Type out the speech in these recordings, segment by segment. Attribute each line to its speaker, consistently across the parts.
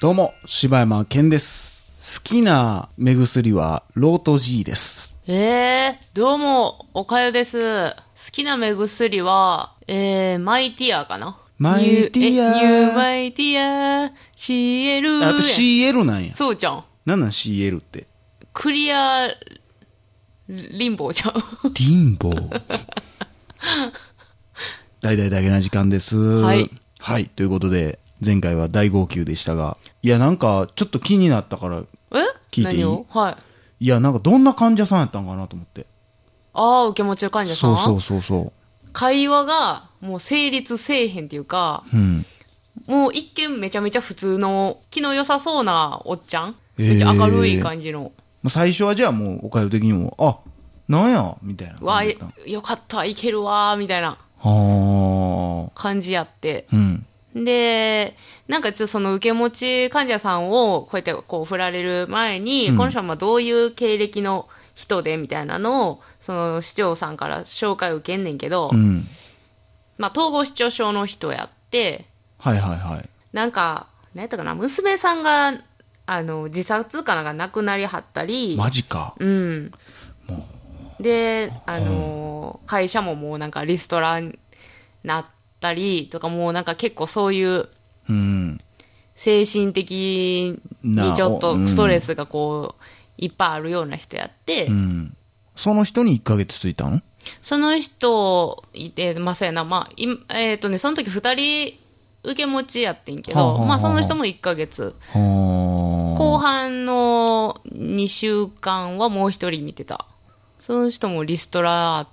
Speaker 1: どうも、柴山健です。好きな目薬は、ロート G です。
Speaker 2: えー、どうも、おかよです。好きな目薬は、えー、マイティアかな
Speaker 1: マイティア
Speaker 2: ニューえニューマイティア、CL。
Speaker 1: あやっぱ CL なんや。
Speaker 2: そうじゃん。
Speaker 1: なんなん CL って。
Speaker 2: クリア、リンボーじゃん。
Speaker 1: リンボー。大々だけな時間です。
Speaker 2: はい。
Speaker 1: はい。ということで、前回は大号泣でしたが、いや、なんか、ちょっと気になったから、
Speaker 2: え
Speaker 1: 聞いていい
Speaker 2: 何をはい。
Speaker 1: いや、なんか、どんな患者さんやったんかなと思って。
Speaker 2: ああ、受け持ちの患者さん
Speaker 1: そうそうそうそ
Speaker 2: 会話が、もう成立せえへんっていうか、
Speaker 1: う。うん。
Speaker 2: もう一見めちゃめちゃ普通の、気の良さそうなおっちゃん。
Speaker 1: えー
Speaker 2: めっちゃ明るい感じの。
Speaker 1: まあ最初はじゃあもう、おかゆ的にも、あ、なんやみたいな
Speaker 2: わあ、
Speaker 1: 感じ
Speaker 2: よ
Speaker 1: だった。
Speaker 2: かった、いけるわー、みたいな
Speaker 1: は
Speaker 2: 感じやって。
Speaker 1: あ。うん。
Speaker 2: で、なんかちょっとその受け持ち患者さんをこうやってこう振られる前に、この人はまあどういう経歴の人でみたいなのを、その市長さんから紹介を受けんねんけど、
Speaker 1: うん。
Speaker 2: まあ統合失調症の人やって、
Speaker 1: はいはいはい。
Speaker 2: なんか、何やったかな、娘さんが、あの、自殺かなんか亡くなりはったり、
Speaker 1: マジか。
Speaker 2: うん。で、あのー会社ももうなんかリストラになったりとか、もうなんか結構そういう
Speaker 1: うん。
Speaker 2: 精神的にちょっ
Speaker 1: なおうん
Speaker 2: とストレスがこう、いっぱいあるような人やって、
Speaker 1: うん。その人に1ヶ月ついたの
Speaker 2: その人、いて、まあ、そうやな、まあ、いえっ、とね、その時二人受け持ちやってんけど、
Speaker 1: はあはあはあ
Speaker 2: まあその人も1ヶ月、後
Speaker 1: はあ。
Speaker 2: 半の2週間はもう一人見てた。その人もリストラあっ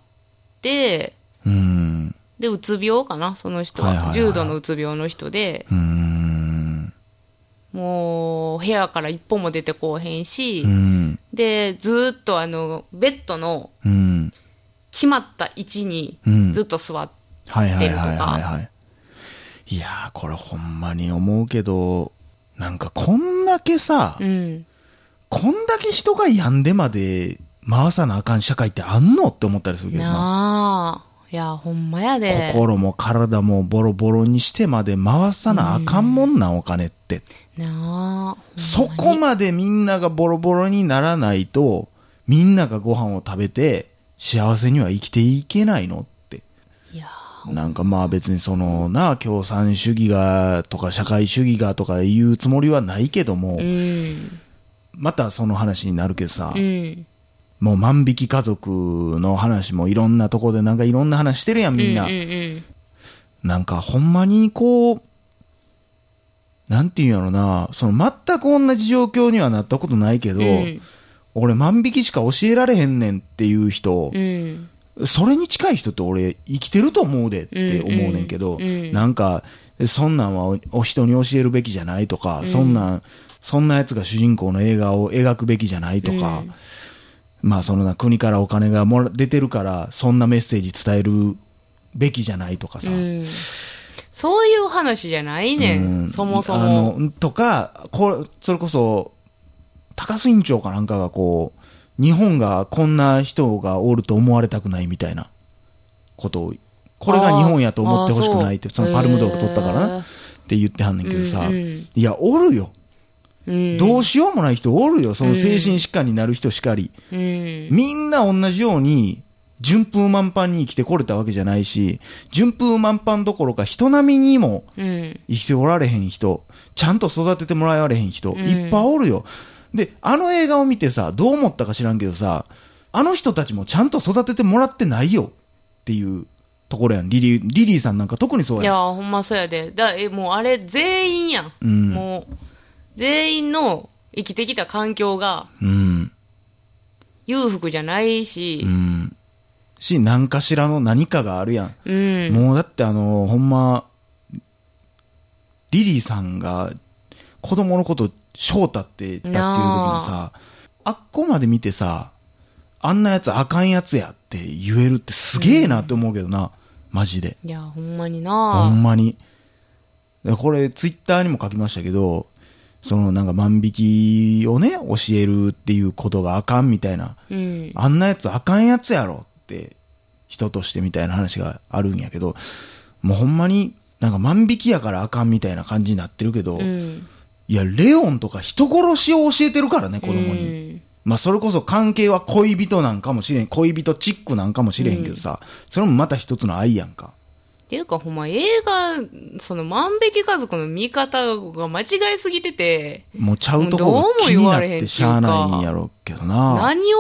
Speaker 2: て、
Speaker 1: うん。
Speaker 2: で、うつ病かな、その人は。
Speaker 1: はいはいはい
Speaker 2: 重度のうつ病の人で、
Speaker 1: うん。
Speaker 2: もう部屋から一歩も出てこうへんし、
Speaker 1: うん。
Speaker 2: で、ずーっとあの、ベッドの
Speaker 1: うん。
Speaker 2: 決まった位置に
Speaker 1: うん
Speaker 2: ずっと座って、
Speaker 1: はいはいはい
Speaker 2: 出ると
Speaker 1: はい、はい。いやー、これほんまに思うけど、なんかこんだけさ、
Speaker 2: うん。
Speaker 1: こんだけ人が病んでまで回さなあかん社会ってあんのって思ったりするけどな。
Speaker 2: なあ。いや、ほんまやで。
Speaker 1: 心も体もボロボロにしてまで回さなあかんもんな、お金って。
Speaker 2: なあ。
Speaker 1: そこまでみんながボロボロにならないと、みんながご飯を食べて、幸せには生きていけないのって。
Speaker 2: いや、
Speaker 1: なんかまあ別にそのな、共産主義がとか社会主義がとか言うつもりはないけども、
Speaker 2: うん。
Speaker 1: またその話になるけどさ、
Speaker 2: うん。
Speaker 1: もう万引き家族の話もいろんなとこでなんかいろんな話してるやんみんな。
Speaker 2: うんうんうん。
Speaker 1: なんかほんまにこう、なんていうんやろな、その全く同じ状況にはなったことないけど、
Speaker 2: うん
Speaker 1: 俺万引きしか教えられへんねんっていう人、
Speaker 2: うん。
Speaker 1: それに近い人って俺生きてると思うでって思うねんけど、
Speaker 2: うんうんうん
Speaker 1: なんか、そんなんはおお人に教えるべきじゃないとか、そんなん、そんな奴が主人公の映画を描くべきじゃないとか、まあそのな国からお金がもら出てるから、そんなメッセージ伝えるべきじゃないとかさ、
Speaker 2: うん。そういう話じゃないねん。そもそも。
Speaker 1: あのとかこそれこそ高須院長かなんかがこう日本がこんな人がおると思われたくないみたいなことをこれが日本やと思ってほしくないって
Speaker 2: あー
Speaker 1: そ
Speaker 2: そう
Speaker 1: のパルムドール取ったからな
Speaker 2: へー
Speaker 1: って言ってはんねんけどさ、
Speaker 2: うんうん
Speaker 1: いやおるよ
Speaker 2: うん。
Speaker 1: どうしようもない人おるよその精神疾患になる人しかり、
Speaker 2: うん。
Speaker 1: みんな同じように順風満帆に生きてこれたわけじゃないし順風満帆どころか人並みにも
Speaker 2: うん。
Speaker 1: 生きておられへん人、ちゃんと育ててもらわれへん人、いっぱいおるよ。で、あの映画を見てさ、どう思ったか知らんけどさ、あの人たちもちゃんと育ててもらってないよっていうところやん。リリー、リリーさんなんか特にそう
Speaker 2: い
Speaker 1: や
Speaker 2: や、
Speaker 1: ん。
Speaker 2: ほんまそうやで。だ、え、もうあれ全員やん。
Speaker 1: うん
Speaker 2: もう、全員の生きてきた環境が
Speaker 1: うん。
Speaker 2: 裕福じゃないし
Speaker 1: う、ん。し、何かしらの何かがあるやん。
Speaker 2: うん。
Speaker 1: もうだってあの、ほんま、リリーさんが子供のこと翔太って言ったっていう時にさ、あっこまで見てさ、あんなやつあかんやつやって言えるってすげえなって思うけどな、マジで。
Speaker 2: いや、ほんまに
Speaker 1: ほ
Speaker 2: なん
Speaker 1: まに。でこれツイッターにも書きましたけど、そのなんか万引きをね、教えるっていうことがあかんみたいな。
Speaker 2: うん。
Speaker 1: あんなやつあかんやつやろって、人としてみたいな話があるんやけど、もうほんまに、なんか万引きやからあかんみたいな感じになってるけど、
Speaker 2: うん。
Speaker 1: いや、レオンとか人殺しを教えてるからね、子供に。
Speaker 2: うん
Speaker 1: まあ、それこそ関係は恋人なんかもしれん、恋人チックなんかもしれへんけどさ、それもまた一つの愛やんか。
Speaker 2: っていうか、ほんま、映画、その、万引き家族の見方が間違いすぎてて、
Speaker 1: もうちゃうとこが気になってしゃあないんやろうけどな。
Speaker 2: 何を、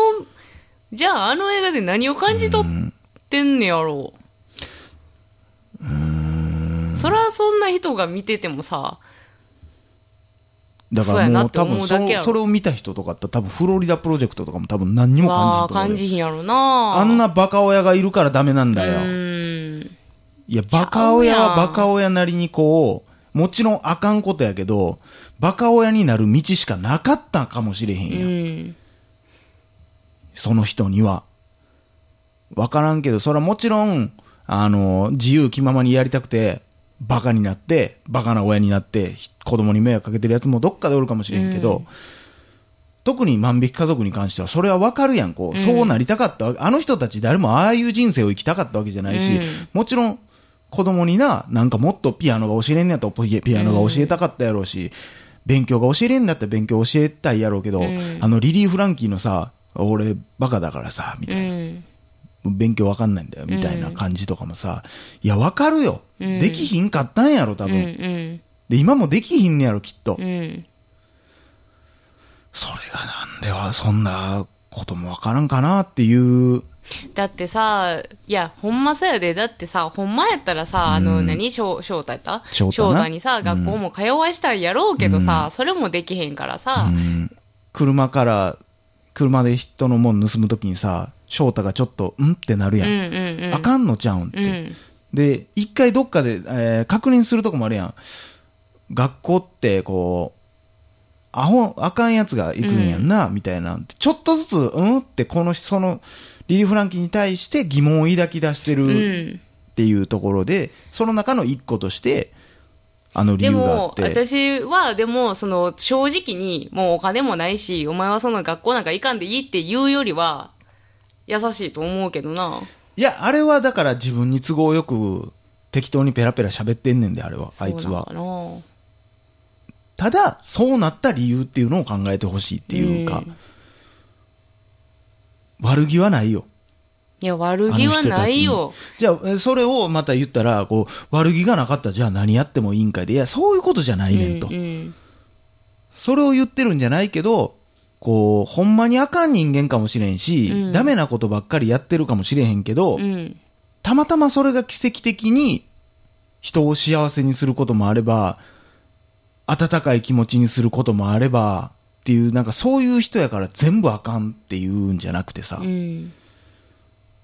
Speaker 2: じゃあ、あの映画で何を感じ取ってんねやろう。そら、そんな人が見ててもさ、
Speaker 1: だ
Speaker 2: そう
Speaker 1: から
Speaker 2: やな
Speaker 1: もう
Speaker 2: って
Speaker 1: 多
Speaker 2: 思
Speaker 1: 分
Speaker 2: う
Speaker 1: そ
Speaker 2: だけや
Speaker 1: う
Speaker 2: ろ
Speaker 1: それを見た人とかって多分フロリダプロジェクトとかも多分何にも
Speaker 2: わあ、
Speaker 1: 感
Speaker 2: 感
Speaker 1: じ
Speaker 2: じ
Speaker 1: る
Speaker 2: ひんやろな。
Speaker 1: あんなバカ親がいるからダメなんだ
Speaker 2: う
Speaker 1: よ。
Speaker 2: ーん。
Speaker 1: いや、バカ親
Speaker 2: ちゃ
Speaker 1: は
Speaker 2: うやん
Speaker 1: バカ親なりにこう、もちろんあかんことやけど、バカ親になる道しかなかったかもしれへんやん
Speaker 2: う。ん。
Speaker 1: その人には。わからんけど、それはもちろん、あの、自由気ままにやりたくて、バカになって、バカな親になって、ひ子供に迷惑かけてるやつもどっかでおるかもしれんけど、特に万引き家族に関しては、それはわかるやん、こう、そうなりたかったわけあの人たち誰もああいう人生を生きたかったわけじゃないし、
Speaker 2: うん
Speaker 1: もちろん、子供にな、なんかもっとピアノが教えれんのやったらピピアノが教えたかったやろうし、勉強が教えれんだったら勉強教えたいやろうけど、
Speaker 2: ん
Speaker 1: あのリリー・フランキーのさ、俺バカだからさ、みた
Speaker 2: う
Speaker 1: いな、
Speaker 2: ん。
Speaker 1: 勉強わかんないんだよ、みたいな感じとかもさ、いや、わかるよ、
Speaker 2: うん
Speaker 1: できひんかったんやろ、多
Speaker 2: うん。
Speaker 1: 分、
Speaker 2: うん。
Speaker 1: で、今もできひんねやろ、きっと。
Speaker 2: うん。
Speaker 1: それがなんでは、そんなこともわからんかなっていう、
Speaker 2: だってさ、いや、ほんまそうやで。だってさ、ほんまやったらさ、あの、何、翔翔太やった
Speaker 1: 翔太な
Speaker 2: にさ、学校も通わしたいやろうけどさ、それもできへんからさ、
Speaker 1: うん車から、車で人のもん盗むときにさ、翔太がちょっと、んってなるや。
Speaker 2: うんんうんうん。
Speaker 1: あかんのちゃうんって。
Speaker 2: うん。
Speaker 1: で、一回どっかで、えー確認するとこもあるやん。学校って、こう、アホ、あかんやつが行くんやんな、みたいな。ちょっとずつ、うんって、この、その、リリー・フランキーに対して疑問を抱き出して
Speaker 2: う
Speaker 1: る
Speaker 2: ん。
Speaker 1: っていうところで、その中の一個として、あの理
Speaker 2: で
Speaker 1: 由があっ
Speaker 2: も、
Speaker 1: て。
Speaker 2: 私は、でも、その、正直に、もうお金もないし、お前はその学校なんか行かんでいいって言うよりは、優しいと思うけどな。
Speaker 1: いや、あれはだから自分に都合よく、適当にペラペラ喋ってんねんで、あれは、あいつは
Speaker 2: そう。なの
Speaker 1: ただ、そうなった理由っていうのを考えてほしいっていうか、
Speaker 2: うん
Speaker 1: 悪気はないよ。
Speaker 2: いや、悪気はないよ。
Speaker 1: じゃあ、えーそれをまた言ったら、こう、悪気がなかったら、じゃあ何やってもいいんかいで、いや、そういうことじゃないねんと。
Speaker 2: うんうん
Speaker 1: それを言ってるんじゃないけど、こう、ほんまにあかん人間かもしれんし、
Speaker 2: うん
Speaker 1: ダメなことばっかりやってるかもしれへんけど、
Speaker 2: うん。
Speaker 1: たまたまそれが奇跡的に、人を幸せにすることもあれば、温かい気持ちにすることもあれば、っていう、なんかそういう人やから全部あかんっていうんじゃなくてさ、
Speaker 2: うん。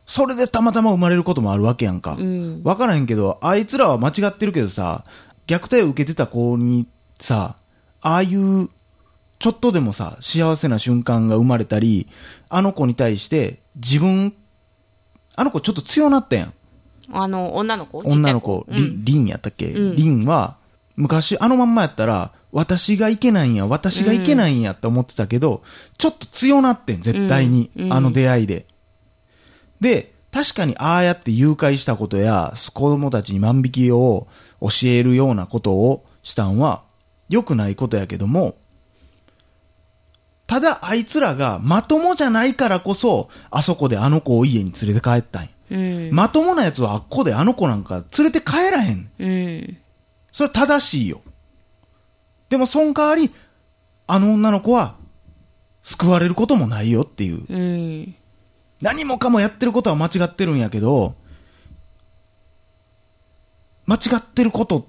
Speaker 1: それでたまたま生まれることもあるわけやんか。
Speaker 2: うん。
Speaker 1: わからへんけど、あいつらは間違ってるけどさ、虐待を受けてた子にさ、ああいう、ちょっとでもさ、幸せな瞬間が生まれたり、あの子に対して、自分、あの子ちょっと強なったやん。
Speaker 2: あの、女の子
Speaker 1: 女の子、
Speaker 2: ちっちゃい
Speaker 1: り、りんやったっけ、
Speaker 2: うん
Speaker 1: りんは、昔あのまんまやったら、私がいけないんや、私がいけないんやって思ってたけど、ちょっと強なってん、絶対に。
Speaker 2: うんうん
Speaker 1: あの出会いで。で、確かにああやって誘拐したことや、子供たちに万引きを教えるようなことをしたんは、良くないことやけども、ただあいつらがまともじゃないからこそ、あそこであの子を家に連れて帰ったんや。
Speaker 2: うん。
Speaker 1: まともなやつはあっこであの子なんか連れて帰らへん。
Speaker 2: うん。
Speaker 1: それは正しいよ。でもその代わり、あの女の子は救われることもないよっていう。
Speaker 2: うん。
Speaker 1: 何もかもやってることは間違ってるんやけど、間違ってることっ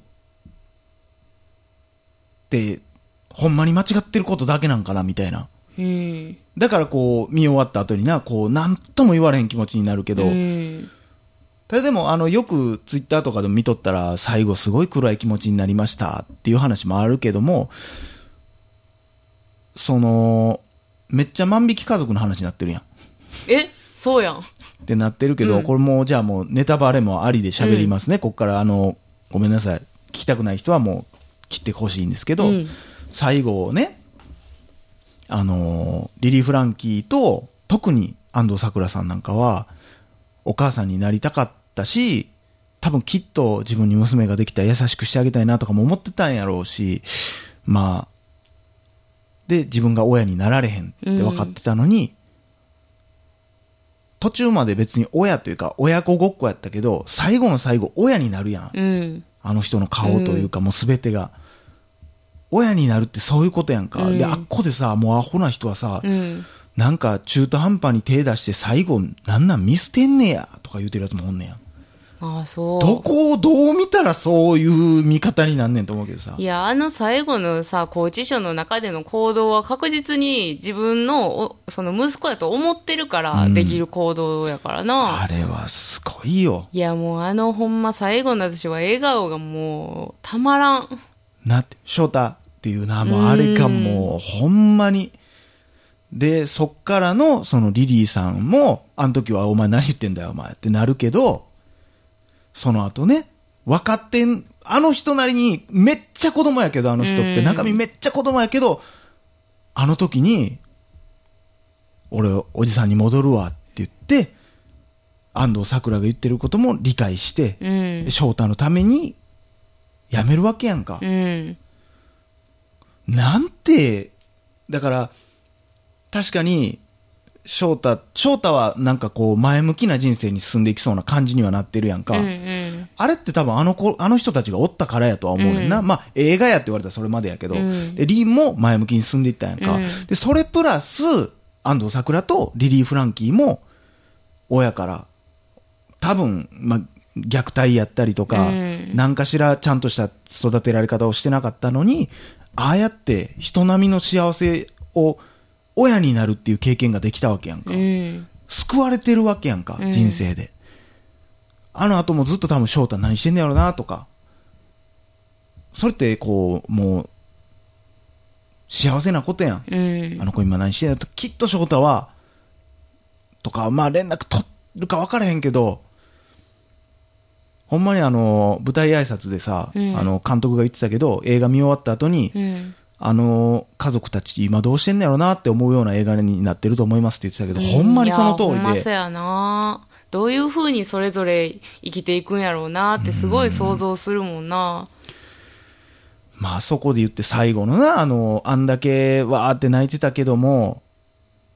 Speaker 1: て、ほんまに間違ってることだけなんかなみたいな。
Speaker 2: うん。
Speaker 1: だからこう、見終わった後にな、こう、なんとも言われへん気持ちになるけど、
Speaker 2: うん。
Speaker 1: ただでも、あの、よくツイッターとかでも見とったら、最後すごい暗い気持ちになりましたっていう話もあるけども、その、めっちゃ万引き家族の話になってるやん。っ
Speaker 2: えそうやん。
Speaker 1: てなってるけど、
Speaker 2: うん
Speaker 1: これもうじゃあもうネタバレもありで喋りますね。こっからあの、ごめんなさい。聞きたくない人はもう切ってほしいんですけど、
Speaker 2: うん
Speaker 1: 最後ね、あのーリリー・フランキーと、特に安藤サクラさんなんかは、お母さんになりたかったし、多分きっと自分に娘ができたら優しくしてあげたいなとかも思ってたんやろうし、まあ、で、自分が親になられへんって分かってたのに、途中まで別に親というか親子ごっこやったけど、最後の最後親になるやん。
Speaker 2: うん。
Speaker 1: あの人の顔というか、もう全てが。親になるってそういうことやんか。で、あっこでさ、もうアホな人はさ、
Speaker 2: うん。
Speaker 1: なんか中途半端に手出して最後、なんなん見捨てんねや、とか言うてるやつもおんねや。
Speaker 2: ああ、そう。
Speaker 1: どこをどう見たらそういう見方になんねんと思うけどさ
Speaker 2: い。や、あの最後のさ、拘置所の中での行動は確実に自分の、おその息子やと思ってるからできる行動やからな。
Speaker 1: あれはすごいよ。
Speaker 2: いや、もうあのほんま最後の私は笑顔がもう、たまらん。
Speaker 1: なって、翔太っていうな、もうあれかもう、ほんまに。で、そっからの、そのリリーさんも、あの時はお前何言ってんだよお前ってなるけど、その後ね、分かってん、あの人なりに、めっちゃ子供やけど、あの人っ
Speaker 2: う
Speaker 1: て、
Speaker 2: ん
Speaker 1: 中身めっちゃ子供やけど、あの時に、俺、おじさんに戻るわって言って、安藤桜が言ってることも理解して、
Speaker 2: うん。
Speaker 1: 翔太のために、やめるわけやんか。
Speaker 2: うん。
Speaker 1: なんて、だから、確かに、翔太、翔太はなんかこう前向きな人生に進んでいきそうな感じにはなってるやんか。
Speaker 2: うんうん。
Speaker 1: あれって多分あの子、あの人たちがおったからやとは思うねんな。まあ映画やって言われたらそれまでやけど、
Speaker 2: うん
Speaker 1: で、リンも前向きに進んでいったやんか。
Speaker 2: うん
Speaker 1: で、それプラス、安藤桜とリリー・フランキーも、親から、多分、まあ、虐待やったりとか、
Speaker 2: うん
Speaker 1: 何かしらちゃんとした育てられ方をしてなかったのに、ああやって人並みの幸せを親になるっていう経験ができたわけやんか。
Speaker 2: うん。
Speaker 1: 救われてるわけやんか、
Speaker 2: うん
Speaker 1: 人生で。あの後もずっと多分翔太何してんねやろなとか。それってこう、もう、幸せなことやん。
Speaker 2: うん
Speaker 1: あ。の子今何してんやろと、きっと翔太は、とか、まあ連絡取るか分からへんけど、ほんまにあの、舞台挨拶でさ、
Speaker 2: うん
Speaker 1: あの、監督が言ってたけど、映画見終わった後に、
Speaker 2: うん。
Speaker 1: あの、家族たち今どうしてんのやろなって思うような映画になってると思いますって言ってたけど、ほんまにその通
Speaker 2: いやほんま
Speaker 1: り
Speaker 2: そ
Speaker 1: で、
Speaker 2: やな。どういうふうにそれぞれ生きていくんやろうなってすごい想像するもんな。
Speaker 1: まあそこで言って最後のな、あの、あんだけわーって泣いてたけども、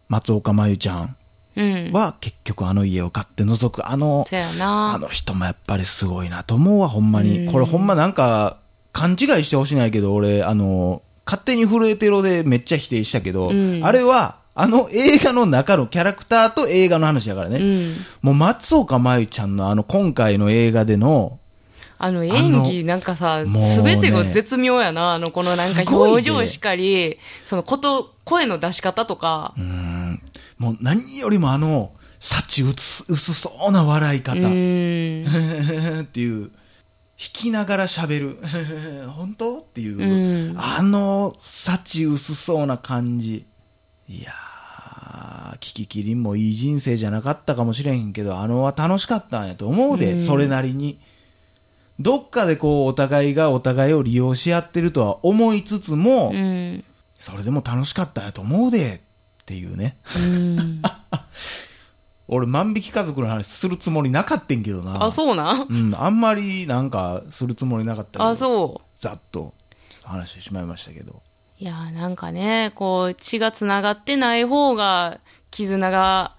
Speaker 1: 松岡真優ちゃん
Speaker 2: うん。
Speaker 1: は結局あの家を買って覗く、あの、
Speaker 2: そや
Speaker 1: あ
Speaker 2: な。
Speaker 1: の人もやっぱりすごいなと思うわ、ほんま
Speaker 2: う
Speaker 1: に。
Speaker 2: ん
Speaker 1: これほんまなんか、勘違いしてほしないけど、俺、あの、勝手に震えてろでめっちゃ否定したけど、
Speaker 2: うん
Speaker 1: あれは、あの映画の中のキャラクターと映画の話だからね。
Speaker 2: うん。
Speaker 1: もう松岡真優ちゃんのあの今回の映画での、
Speaker 2: あの
Speaker 1: あ
Speaker 2: 演技
Speaker 1: の
Speaker 2: なんかさ、
Speaker 1: もうね
Speaker 2: すべてが絶妙やな。あの、このなん
Speaker 1: す
Speaker 2: か
Speaker 1: ごいね
Speaker 2: 表情しかり、そのこと、声の出し方とか。
Speaker 1: うんもう何よりもあの、幸薄薄そうな笑い方、
Speaker 2: うん。
Speaker 1: っていう、弾きながら喋る、 本当っていう、
Speaker 2: うん
Speaker 1: あの幸薄そうな感じ。いやー、キキキリンもいい人生じゃなかったかもしれへんけど、あのは楽しかったんやと思うで、
Speaker 2: うん
Speaker 1: それなりに。どっかでこう、お互いがお互いを利用し合ってるとは思いつつも、
Speaker 2: うん。
Speaker 1: それでも楽しかったんやと思うで、っていうね。
Speaker 2: うん。
Speaker 1: 俺、万引き家族の話するつもりなかったんけどな。
Speaker 2: あ、そうなん
Speaker 1: うん、あんまりなんかするつもりなかったけど、
Speaker 2: あ、そう。
Speaker 1: ざっとちょっと話してしまいましたけど。
Speaker 2: いやーなんかね、こう、血が繋がってない方が、絆が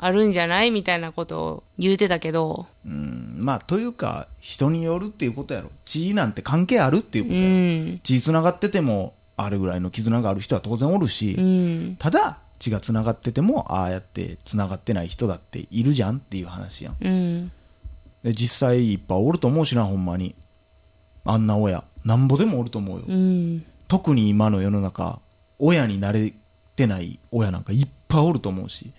Speaker 2: あるんじゃないみたいなことを言うてたけど、
Speaker 1: うん、まあ、というか、人によるっていうことやろ。血なんて関係あるっていうこ
Speaker 2: う
Speaker 1: とやろ。
Speaker 2: ん。
Speaker 1: 血繋がってても、あれぐらいの絆がある人は当然おるし、
Speaker 2: うん。
Speaker 1: ただ、血が繋がってても、ああやって繋がってない人だっているじゃんっていう話やん。
Speaker 2: うん。
Speaker 1: で実際いっぱいおると思うしな、ほんまに。あんな親。なんぼでもおると思うよ。
Speaker 2: うん。
Speaker 1: 特に今の世の中親になれてない親なんかいっぱいおると思うし、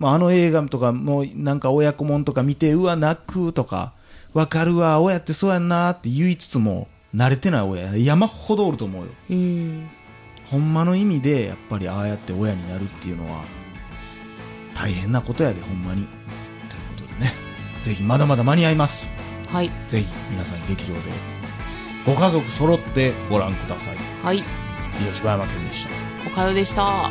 Speaker 1: まあ、あの映画とかもうなんか親子もんとか見てうわ泣くとかわかるわ親ってそうやんなって言いつつも慣れてない親山ほどおると思うよ
Speaker 2: うん。
Speaker 1: ほんまの意味でやっぱりああやって親になるっていうのは大変なことやでほんまにということでねぜひまだまだ間に合います
Speaker 2: はい。
Speaker 1: ぜひ皆さん劇場でご家族揃ってご覧ください
Speaker 2: はい。
Speaker 1: 吉葉山県でした
Speaker 2: おかよでした。